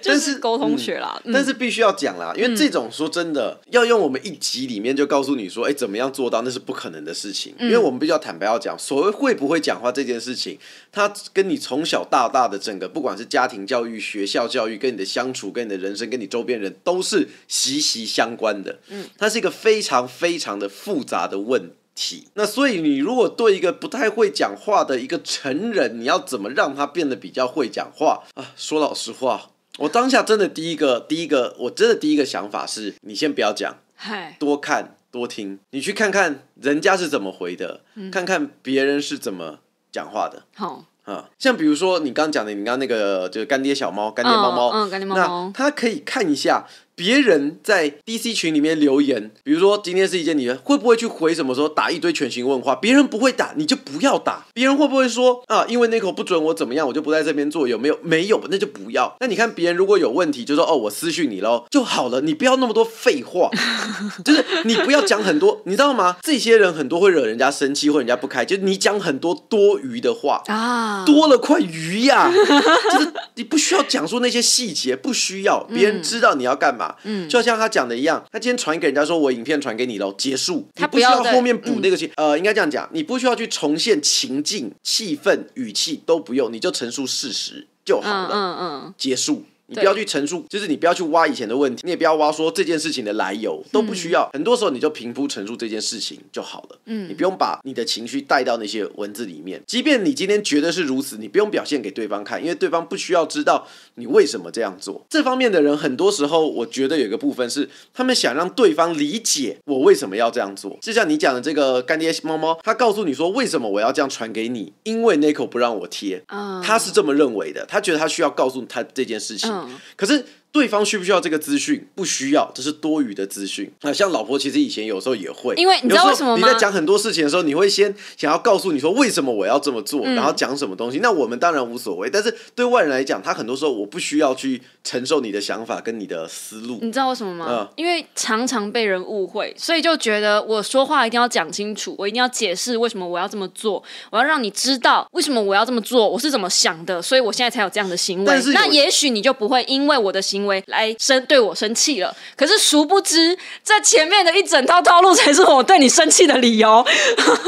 [SPEAKER 1] 就
[SPEAKER 3] 但
[SPEAKER 1] 是沟通学啦。嗯
[SPEAKER 3] 但是必须要讲啦，因为这种说真的，要用我们一集里面就告诉你说，哎、怎么样做到，那是不可能的事情。
[SPEAKER 1] 嗯
[SPEAKER 3] 因为我们必须要坦白要讲，所谓会不会讲话这件事情，它跟你从小到大的整个，不管是家庭教育、学校教育，跟你的相处、跟你的人生、跟你周边人，都是息息相关的。嗯，它是一个非常非常的复杂的问题。那所以你如果对一个不太会讲话的一个成人，你要怎么让他变得比较会讲话啊？说老实话，我当下真的第一个，第一个，我真的第一个想法是，你先不要讲，
[SPEAKER 1] 嗯嗨，
[SPEAKER 3] 多看多听，你去看看人家是怎么回的，看看别人是怎么讲话的
[SPEAKER 1] 好，
[SPEAKER 3] 啊。像比如
[SPEAKER 1] 嗯
[SPEAKER 3] 说你刚讲的，你刚刚那个就是干爹小猫、干爹猫猫，
[SPEAKER 1] 嗯嗯干爹猫猫
[SPEAKER 3] 那他可以看一下别人在 DC 群里面留言，比如说今天是一件你会不会去回什么时候打一堆全形问话？别人不会打，你就不要打。别人会不会说啊，因为那口不准我怎么样，我就不在这边做？有没有？没有，那就不要。那你看别人如果有问题，就说哦，我私讯你喽就好了，你不要那么多废话， 就是你不要讲很多，你知道吗？这些人很多会惹人家生气，或人家不开，就是你讲很多多余的话，
[SPEAKER 1] 啊，
[SPEAKER 3] 多了块鱼呀、 就是你不需要讲述那些细节，不需要别人知道你要干嘛。
[SPEAKER 1] 嗯
[SPEAKER 3] 就像他讲的一样，他今天传给人家说我影片传给你喽，结束，
[SPEAKER 1] 他
[SPEAKER 3] 你
[SPEAKER 1] 不
[SPEAKER 3] 需
[SPEAKER 1] 要
[SPEAKER 3] 要
[SPEAKER 1] 再嗯
[SPEAKER 3] 后面补那个情，呃，应该这样讲，你不需要去重现情境、气氛、语气都不用，你就陈述事实就好
[SPEAKER 1] 嗯
[SPEAKER 3] 了，
[SPEAKER 1] 嗯嗯，
[SPEAKER 3] 结束。你
[SPEAKER 1] 对
[SPEAKER 3] 不要去陈述，就是你不要去挖以前的问题，你也不要挖说这件事情的来由，
[SPEAKER 1] 嗯
[SPEAKER 3] 都不需要。很多时候你就平铺陈述这件事情就好了。
[SPEAKER 1] 嗯
[SPEAKER 3] 你不用把你的情绪带到那些文字里面。即便你今天觉得是如此，你不用表现给对方看，因为对方不需要知道你为什么这样做。这方面的人，很多时候我觉得有一个部分是他们想让对方理解我为什么要这样做。就像你讲的这个干爹猫猫，他告诉你说为什么我要这样传给你，因为 n i c o 不让我贴，
[SPEAKER 1] 嗯
[SPEAKER 3] 他是这么认为的，他觉得他需要告诉他这件事情。
[SPEAKER 1] 嗯
[SPEAKER 3] 可是对方需不需要这个资讯？不需要，这是多余的资讯。啊，像老婆其实以前有时候也会，
[SPEAKER 1] 因为你知道
[SPEAKER 3] 有时
[SPEAKER 1] 为
[SPEAKER 3] 候
[SPEAKER 1] 什么吗
[SPEAKER 3] 你在讲很多事情的时候，你会先想要告诉你说为什么我要这么做，
[SPEAKER 1] 嗯
[SPEAKER 3] 然后讲什么东西。那我们当然无所谓，但是对外人来讲，他很多时候我不需要去承受你的想法跟你的思路。
[SPEAKER 1] 你知道为什么吗？
[SPEAKER 3] 嗯
[SPEAKER 1] 因为常常被人误会，所以就觉得我说话一定要讲清楚，我一定要解释为什么我要这么做，我要让你知道为什么我要这么做，我是怎么想的，所以我现在才有这样的行为
[SPEAKER 3] 但是。有
[SPEAKER 1] 那也许你就不会因为我的行为来生对我生气了。可是殊不知，这前面的一整套套路才是我对你生气的理 由，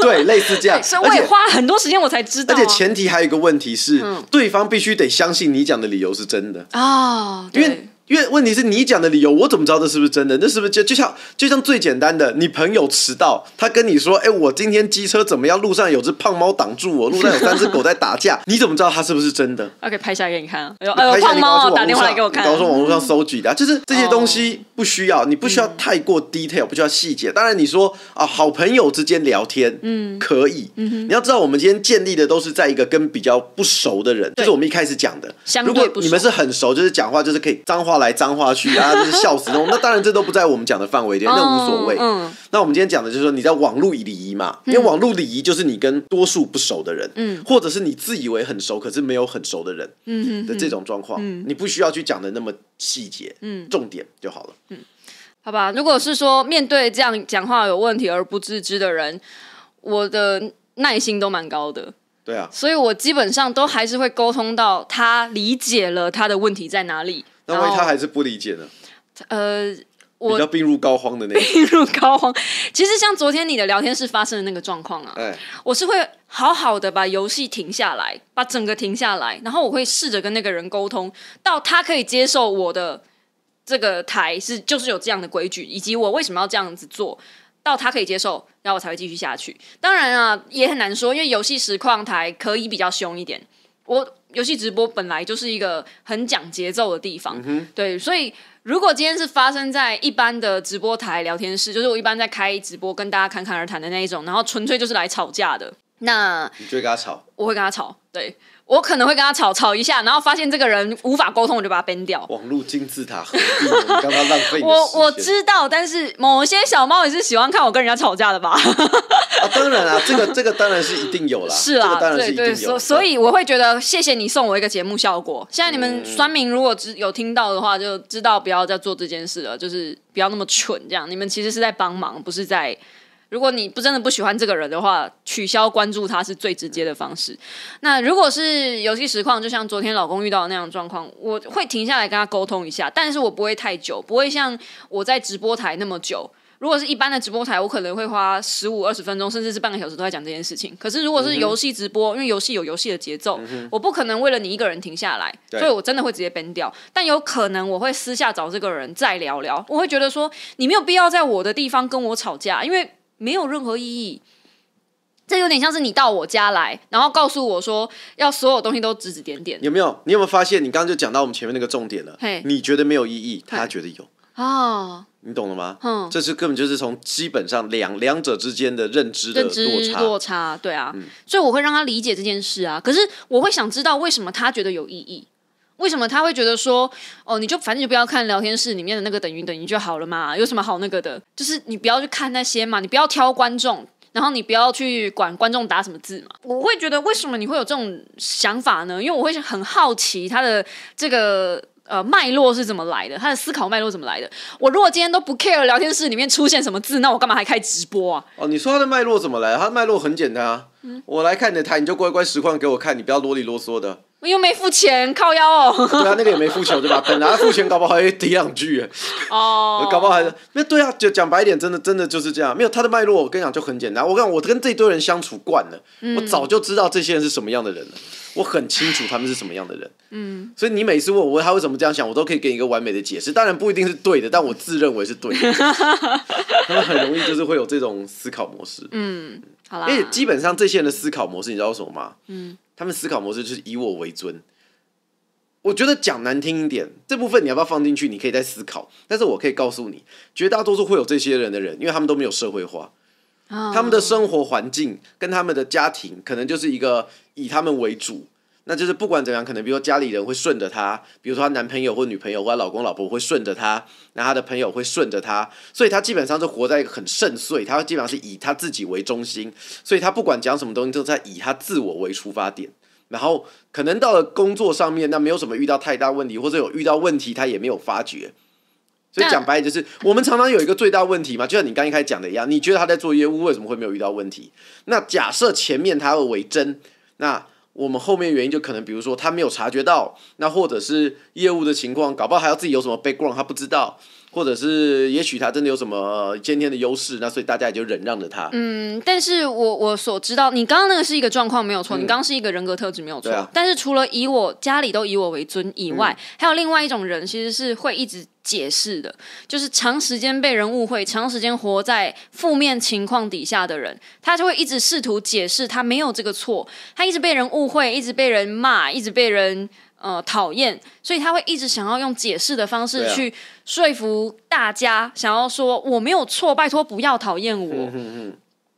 [SPEAKER 3] 对，类似 这样。
[SPEAKER 1] 哎所以
[SPEAKER 3] 而
[SPEAKER 1] 我也
[SPEAKER 3] 且
[SPEAKER 1] 花很多时间我才知道、
[SPEAKER 3] 而
[SPEAKER 1] 啊。
[SPEAKER 3] 且前提还有一个问题是，
[SPEAKER 1] 嗯
[SPEAKER 3] 对方必须得相信你讲的理由是真的。
[SPEAKER 1] 啊，
[SPEAKER 3] 因
[SPEAKER 1] 对
[SPEAKER 3] 为因为问题是你讲的理由，我怎么知道这是不是真的？那是不是就就像就像最简单的，你朋友迟到，他跟你说：“哎、我今天机车怎么样？路上有只胖猫挡住我，路上有三只狗在打架。” 你怎么知道他是不是真的？
[SPEAKER 1] OK 拍下来给你看啊，哎呦，哎
[SPEAKER 3] 拍
[SPEAKER 1] 呦，
[SPEAKER 3] 下
[SPEAKER 1] 胖
[SPEAKER 3] 你搞
[SPEAKER 1] 猫
[SPEAKER 3] 到
[SPEAKER 1] 哦打电话来给我看哦啊，
[SPEAKER 3] 搞到网络上搜集的啊、就是这些东西不需要，你不需要
[SPEAKER 1] 嗯
[SPEAKER 3] 太过 detail，、不需要细节。当然你说啊，好朋友之间聊天，嗯，可以。你要知道，我们今天建立的都是在一个跟比较不熟的人，就是我们一开始讲的。
[SPEAKER 1] 相
[SPEAKER 3] 如
[SPEAKER 1] 对
[SPEAKER 3] 果
[SPEAKER 1] 不熟
[SPEAKER 3] 你们是很熟，就是讲话就是可以脏话来脏话去啊，就是笑死那种。那当然这都不在我们讲的范围里，那无所谓。
[SPEAKER 1] 嗯嗯
[SPEAKER 3] 那我们今天讲的就是说你在网络礼仪嘛，因为网络礼仪就是你跟多数不熟的人，嗯，或者是你自以为很熟，可是没有很熟的人，嗯的这种状况，你不需要去讲的那么细节，嗯，重点就好了。
[SPEAKER 1] 好吧，如果是说面对这样讲话有问题而不自知的人，我的耐心都蛮高的，
[SPEAKER 3] 对啊，
[SPEAKER 1] 所以我基本上都还是会沟通到他理解了他的问题在哪里。
[SPEAKER 3] 那万一他
[SPEAKER 1] 然后
[SPEAKER 3] 还是不理解呢？
[SPEAKER 1] 呃
[SPEAKER 3] 比
[SPEAKER 1] 我
[SPEAKER 3] 较病入膏肓的那 种，
[SPEAKER 1] 病入膏肓，其实像昨天你的聊天室发生的那个状况啊，
[SPEAKER 3] 哎，
[SPEAKER 1] 我是会好好的把游戏停下来，把整个停下来，然后我会试着跟那个人沟通，到他可以接受我的这个台是就是有这样的规矩，以及我为什么要这样子做，到他可以接受，然后我才会继续下去。当然啊，也很难说，因为游戏实况台可以比较凶一点。我游戏直播本来就是一个很讲节奏的地方，对，所以如果今天是发生在一般的直播台聊天室，就是我一般在开直播跟大家侃侃而谈的那一种，然后纯粹就是来吵架的，那
[SPEAKER 3] 你就会跟他吵，
[SPEAKER 1] 我会跟他吵，对我可能会跟他吵吵一下，然后发现这个人无法沟通，我就把他 ban 掉。
[SPEAKER 3] 网络金字塔何必呢？你刚刚浪费你的时
[SPEAKER 1] 我
[SPEAKER 3] 间
[SPEAKER 1] 我知道，但是某些小猫也是喜欢看我跟人家吵架的吧？
[SPEAKER 3] 啊，当然啊，这个 这个当然是一定有啦，
[SPEAKER 1] 是
[SPEAKER 3] 这
[SPEAKER 1] 啊，
[SPEAKER 3] 个当然
[SPEAKER 1] 对
[SPEAKER 3] 是一定有
[SPEAKER 1] 对，
[SPEAKER 3] 的，
[SPEAKER 1] 所所以我会觉得谢谢你送我一个节目效果。现在你们
[SPEAKER 3] 嗯
[SPEAKER 1] 酸民如果只有听到的话，就知道不要再做这件事了，就是不要那么蠢这样。你们其实是在帮忙，不是在。如果你不真的不喜欢这个人的话，取消关注他是最直接的方式。那如果是游戏实况，就像昨天老公遇到的那样的状况，我会停下来跟他沟通一下，但是我不会太久，不会像我在直播台那么久。如果是一般的直播台，我可能会花十五、二十分钟，甚至是半个小时都在讲这件事情。可是如果是游戏直播，因为游戏有游戏的节奏，我不可能为了你一个人停下来，
[SPEAKER 3] 对
[SPEAKER 1] 所以我真的会直接 ban 掉。但有可能我会私下找这个人再聊聊，我会觉得说你没有必要在我的地方跟我吵架，因为没有任何意义。这有点像是你到我家来，然后告诉我说要所有东西都指指点点
[SPEAKER 3] 有没有？你有没有发现？你刚刚就讲到我们前面那个重点了
[SPEAKER 1] 嘿，
[SPEAKER 3] 你觉得没有意义，他觉得有。
[SPEAKER 1] 啊，
[SPEAKER 3] 你懂了吗？
[SPEAKER 1] 嗯
[SPEAKER 3] 这是根本就是从基本上两两者之间的认知的
[SPEAKER 1] 认
[SPEAKER 3] 落
[SPEAKER 1] 知
[SPEAKER 3] 差。
[SPEAKER 1] 落差，嗯对啊，所以我会让他理解这件事啊。可是我会想知道为什么他觉得有意义。为什么他会觉得说，哦，你就反正你就不要看聊天室里面的那个等于等于就好了嘛，有什么好那个的？就是你不要去看那些嘛，你不要挑观众，然后你不要去管观众打什么字嘛。我会觉得为什么你会有这种想法呢？因为我会很好奇他的这个。呃，脉络是怎么来的？他的思考脉络怎么来的？我如果今天都不 care 聊天室里面出现什么字，那我干嘛还开直播啊？
[SPEAKER 3] 哦，你说它的脉络怎么来？它的脉络很简单啊。
[SPEAKER 1] 嗯
[SPEAKER 3] 我来看你的台，你就乖乖实况给我看，你不要啰里啰嗦的。
[SPEAKER 1] 我又没付钱，靠腰哦。
[SPEAKER 3] 对啊，那个也没付钱对吧？本来他付钱，搞不好还会抵两句耶，
[SPEAKER 1] 哦，
[SPEAKER 3] 搞不好还是那对啊。就讲白一点，真的真的就是这样。没有它的脉络，我跟你讲就很简单。我跟你讲，我跟这堆人相处惯了，我早就知道这些人是什么样的人了，我很清楚他们是什么样的人。嗯，所以你每次问我他为什么这样想，我都可以给你一个完美的解释。当然不一定是对的，但我自认为是对的。他们很容易就是会有这种思考模式。
[SPEAKER 1] 好啦
[SPEAKER 3] 而，且基本上这些人的思考模式，你知道是什么吗？嗯，他们思考模式就是以我为尊。我觉得讲难听一点，这部分你要不要放进去？你可以再思考。但是我可以告诉你，绝大多数会有这些人的人，因为他们都没有社会化，
[SPEAKER 1] 啊
[SPEAKER 3] 他们的生活环境跟他们的家庭，可能就是一个以他们为主。那就是不管怎样，可能比如说家里人会顺着她，比如说她男朋友或女朋友或她老公老婆会顺着她，那她的朋友会顺着她，所以她基本上是活在一个很顺遂，她基本上是以她自己为中心，所以她不管讲什么东西，都在以她自我为出发点。然后可能到了工作上面，那没有什么遇到太大问题，或者有遇到问题，她也没有发觉。所以
[SPEAKER 1] 那
[SPEAKER 3] 讲白了就是，我们常常有一个最大问题嘛，就像你刚一开始讲的一样，你觉得她在做业务，为什么会没有遇到问题？那假设前面她为真，那我们后面原因就可能，比如说他没有察觉到，那或者是业务的情况，搞不好还要自己有什么 background 他不知道，或者是也许他真的有什么呃先天的优势，那所以大家也就忍让着他。
[SPEAKER 1] 嗯，但是我我所知道，你刚刚那个是一个状况没有错，你刚刚是一个人格特质没有错，
[SPEAKER 3] 嗯对啊嗯
[SPEAKER 1] 但是除了以我家里都以我为尊以外，还有另外一种人其实是会一直解释的，就是长时间被人误会，长时间活在负面情况底下的人，他就会一直试图解释他没有这个错，他一直被人误会，一直被人骂，一直被人。呃，讨厌，所以他会一直想要用解释的方式
[SPEAKER 3] 对啊
[SPEAKER 1] 去说服大家，想要说我没有错，拜托不要讨厌我。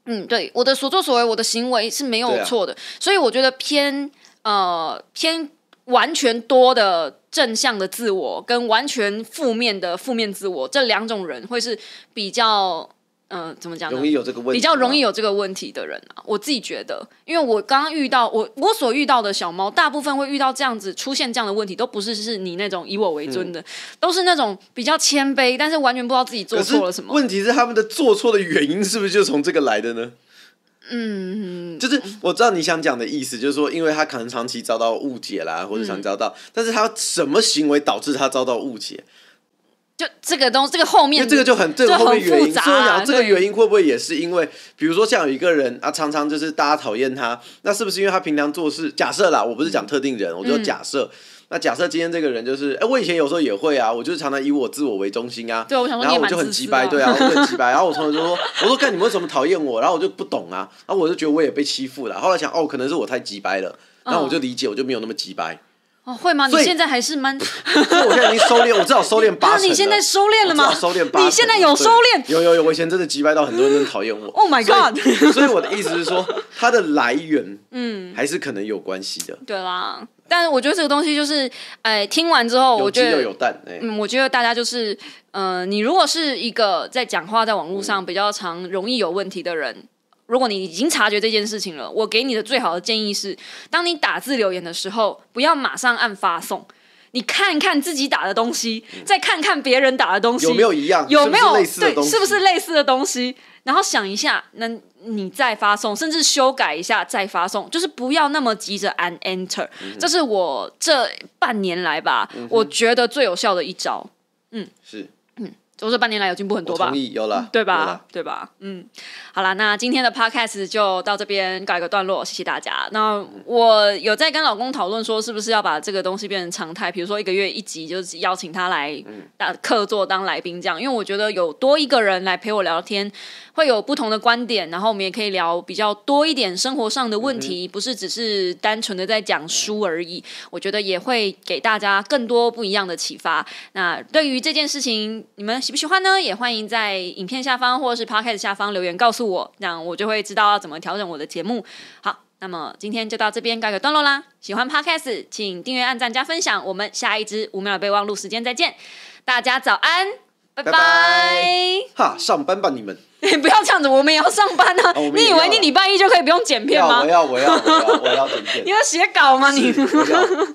[SPEAKER 1] 嗯，对，我的所作所为，我的行为是没
[SPEAKER 3] 对
[SPEAKER 1] 有
[SPEAKER 3] 啊
[SPEAKER 1] 错的，所以我觉得偏呃偏完全多的正向的自我跟完全负面的负面自我这两种人会是比较呃怎么讲呢？
[SPEAKER 3] 嗯容易有这个问
[SPEAKER 1] 比
[SPEAKER 3] 题，
[SPEAKER 1] 较容易。有这个问题的人啊，我自己觉得，因为我刚刚遇到我我所遇到的小猫，大部分会遇到这样子出现这样的问题，都不是是你那种以我为尊的，都是那种比较谦卑，但是完全不知道自己做
[SPEAKER 3] 嗯可是
[SPEAKER 1] 错了什么。
[SPEAKER 3] 问题是他们的做错的原因是不是就从这个来的呢？嗯，就是我知道你想讲的意思，就是说，因为他可能长期遭到误解啦，或者
[SPEAKER 1] 嗯
[SPEAKER 3] 常遭到，但是他什么行为导致他遭到误解？
[SPEAKER 1] 就这个东这个后
[SPEAKER 3] 因
[SPEAKER 1] 面
[SPEAKER 3] 为这个就很这个
[SPEAKER 1] 就
[SPEAKER 3] 后
[SPEAKER 1] 很
[SPEAKER 3] 面原因，
[SPEAKER 1] 复杂
[SPEAKER 3] 所以我想这个
[SPEAKER 1] 对
[SPEAKER 3] 原因会不会也是因为，比如说像有一个人啊，常常就是大家讨厌他，那是不是因为他平常做事？假设啦，我不是
[SPEAKER 1] 嗯
[SPEAKER 3] 讲特定人，我就假设。那假设今天这个人就是，哎、我以前有时候也会啊，我就是常常以我自我为中心啊，
[SPEAKER 1] 对我想说
[SPEAKER 3] 然
[SPEAKER 1] 你也
[SPEAKER 3] 后我
[SPEAKER 1] 蛮
[SPEAKER 3] 就很
[SPEAKER 1] 自私
[SPEAKER 3] 鸡
[SPEAKER 1] 的
[SPEAKER 3] 掰，
[SPEAKER 1] 啊
[SPEAKER 3] 对啊，我很鸡掰，然后我朋友就说，我说看你们为什么讨厌我，然后我就不懂啊，然后我就觉得我也被欺负了，后来想哦，可能是我太鸡掰了，
[SPEAKER 1] 嗯
[SPEAKER 3] 然后我就理解，我就没有那么鸡掰，
[SPEAKER 1] 哦会吗？你
[SPEAKER 3] 所以
[SPEAKER 1] 现在还是蛮
[SPEAKER 3] 所以我现在已经收敛，我至少收敛八
[SPEAKER 1] 那
[SPEAKER 3] 成了。
[SPEAKER 1] 你现在收敛了
[SPEAKER 3] 我
[SPEAKER 1] 吗？
[SPEAKER 3] 至少收敛八成啊
[SPEAKER 1] 你现在有收敛
[SPEAKER 3] 对有有有，我以前真的击败到很多人真的讨厌我。
[SPEAKER 1] ？Oh my
[SPEAKER 3] 所以
[SPEAKER 1] god！
[SPEAKER 3] 所以我的意思是说，它的来源，嗯，还是可能有关系的，
[SPEAKER 1] 对啦，但是我觉得这个东西就是，哎、听完之后，
[SPEAKER 3] 有
[SPEAKER 1] 我
[SPEAKER 3] 鸡
[SPEAKER 1] 觉
[SPEAKER 3] 又
[SPEAKER 1] 得
[SPEAKER 3] 有蛋，哎，
[SPEAKER 1] 嗯，我觉得大家就是，呃，你如果是一个在讲话在网络
[SPEAKER 3] 嗯
[SPEAKER 1] 上比较常容易有问题的人，如果你已经察觉这件事情了，我给你的最好的建议是，当你打字留言的时候，不要马上按发送，你看看自己打的东西，再看看别人打的东西
[SPEAKER 3] 嗯有没有一样？
[SPEAKER 1] 有没有
[SPEAKER 3] 啊是不是类似的
[SPEAKER 1] 对，
[SPEAKER 3] 东西？
[SPEAKER 1] 是不是？类似的东西？然后想一下，那你再发送，甚至修改一下再发送，就是不要那么急着按 Enter、这
[SPEAKER 3] 嗯
[SPEAKER 1] 是我这半年来吧，我觉得最有效的一招。
[SPEAKER 3] 是，
[SPEAKER 1] 我这半年来有进步很
[SPEAKER 3] 我
[SPEAKER 1] 多吧嗯
[SPEAKER 3] 同？意，有了，
[SPEAKER 1] 对
[SPEAKER 3] 有
[SPEAKER 1] 吧
[SPEAKER 3] 啦？？
[SPEAKER 1] 对吧？嗯，好啦，那今天的 podcast 就到这边告一个段落，谢谢大家。那我有在跟老公讨论说，是不是要把这个东西变成常态，比如说一个月一集，就是邀请他来当客座当来宾这样，因为我觉得有多一个人来陪我聊天，会有不同的观点，然后我们也可以聊比较多一点生活上的问题，不是只是单纯的在讲书而已。我觉得也会给大家更多不一样的启发。那对于这件事情，你们喜不喜欢呢？也欢迎在影片下方或者是 podcast 下方留言告诉我，那我就会知道要怎么调整我的节目。好，那么今天就到这边告一个段落啦。喜欢 Podcast，请订阅、按赞、加分享。我们下一支五秒的备忘录时间再见，大家早安，拜
[SPEAKER 3] 拜
[SPEAKER 1] 拜。
[SPEAKER 3] 哈，上班吧你们！
[SPEAKER 1] 不要这样子，我们也要上班啊！
[SPEAKER 3] 哦我们也
[SPEAKER 1] 你以
[SPEAKER 3] 要啊
[SPEAKER 1] 为你礼拜一就可以不用剪片
[SPEAKER 3] 要
[SPEAKER 1] 吗
[SPEAKER 3] 我？要我要我要我要整
[SPEAKER 1] 你
[SPEAKER 3] 片，
[SPEAKER 1] 要写稿吗？你
[SPEAKER 3] 是我要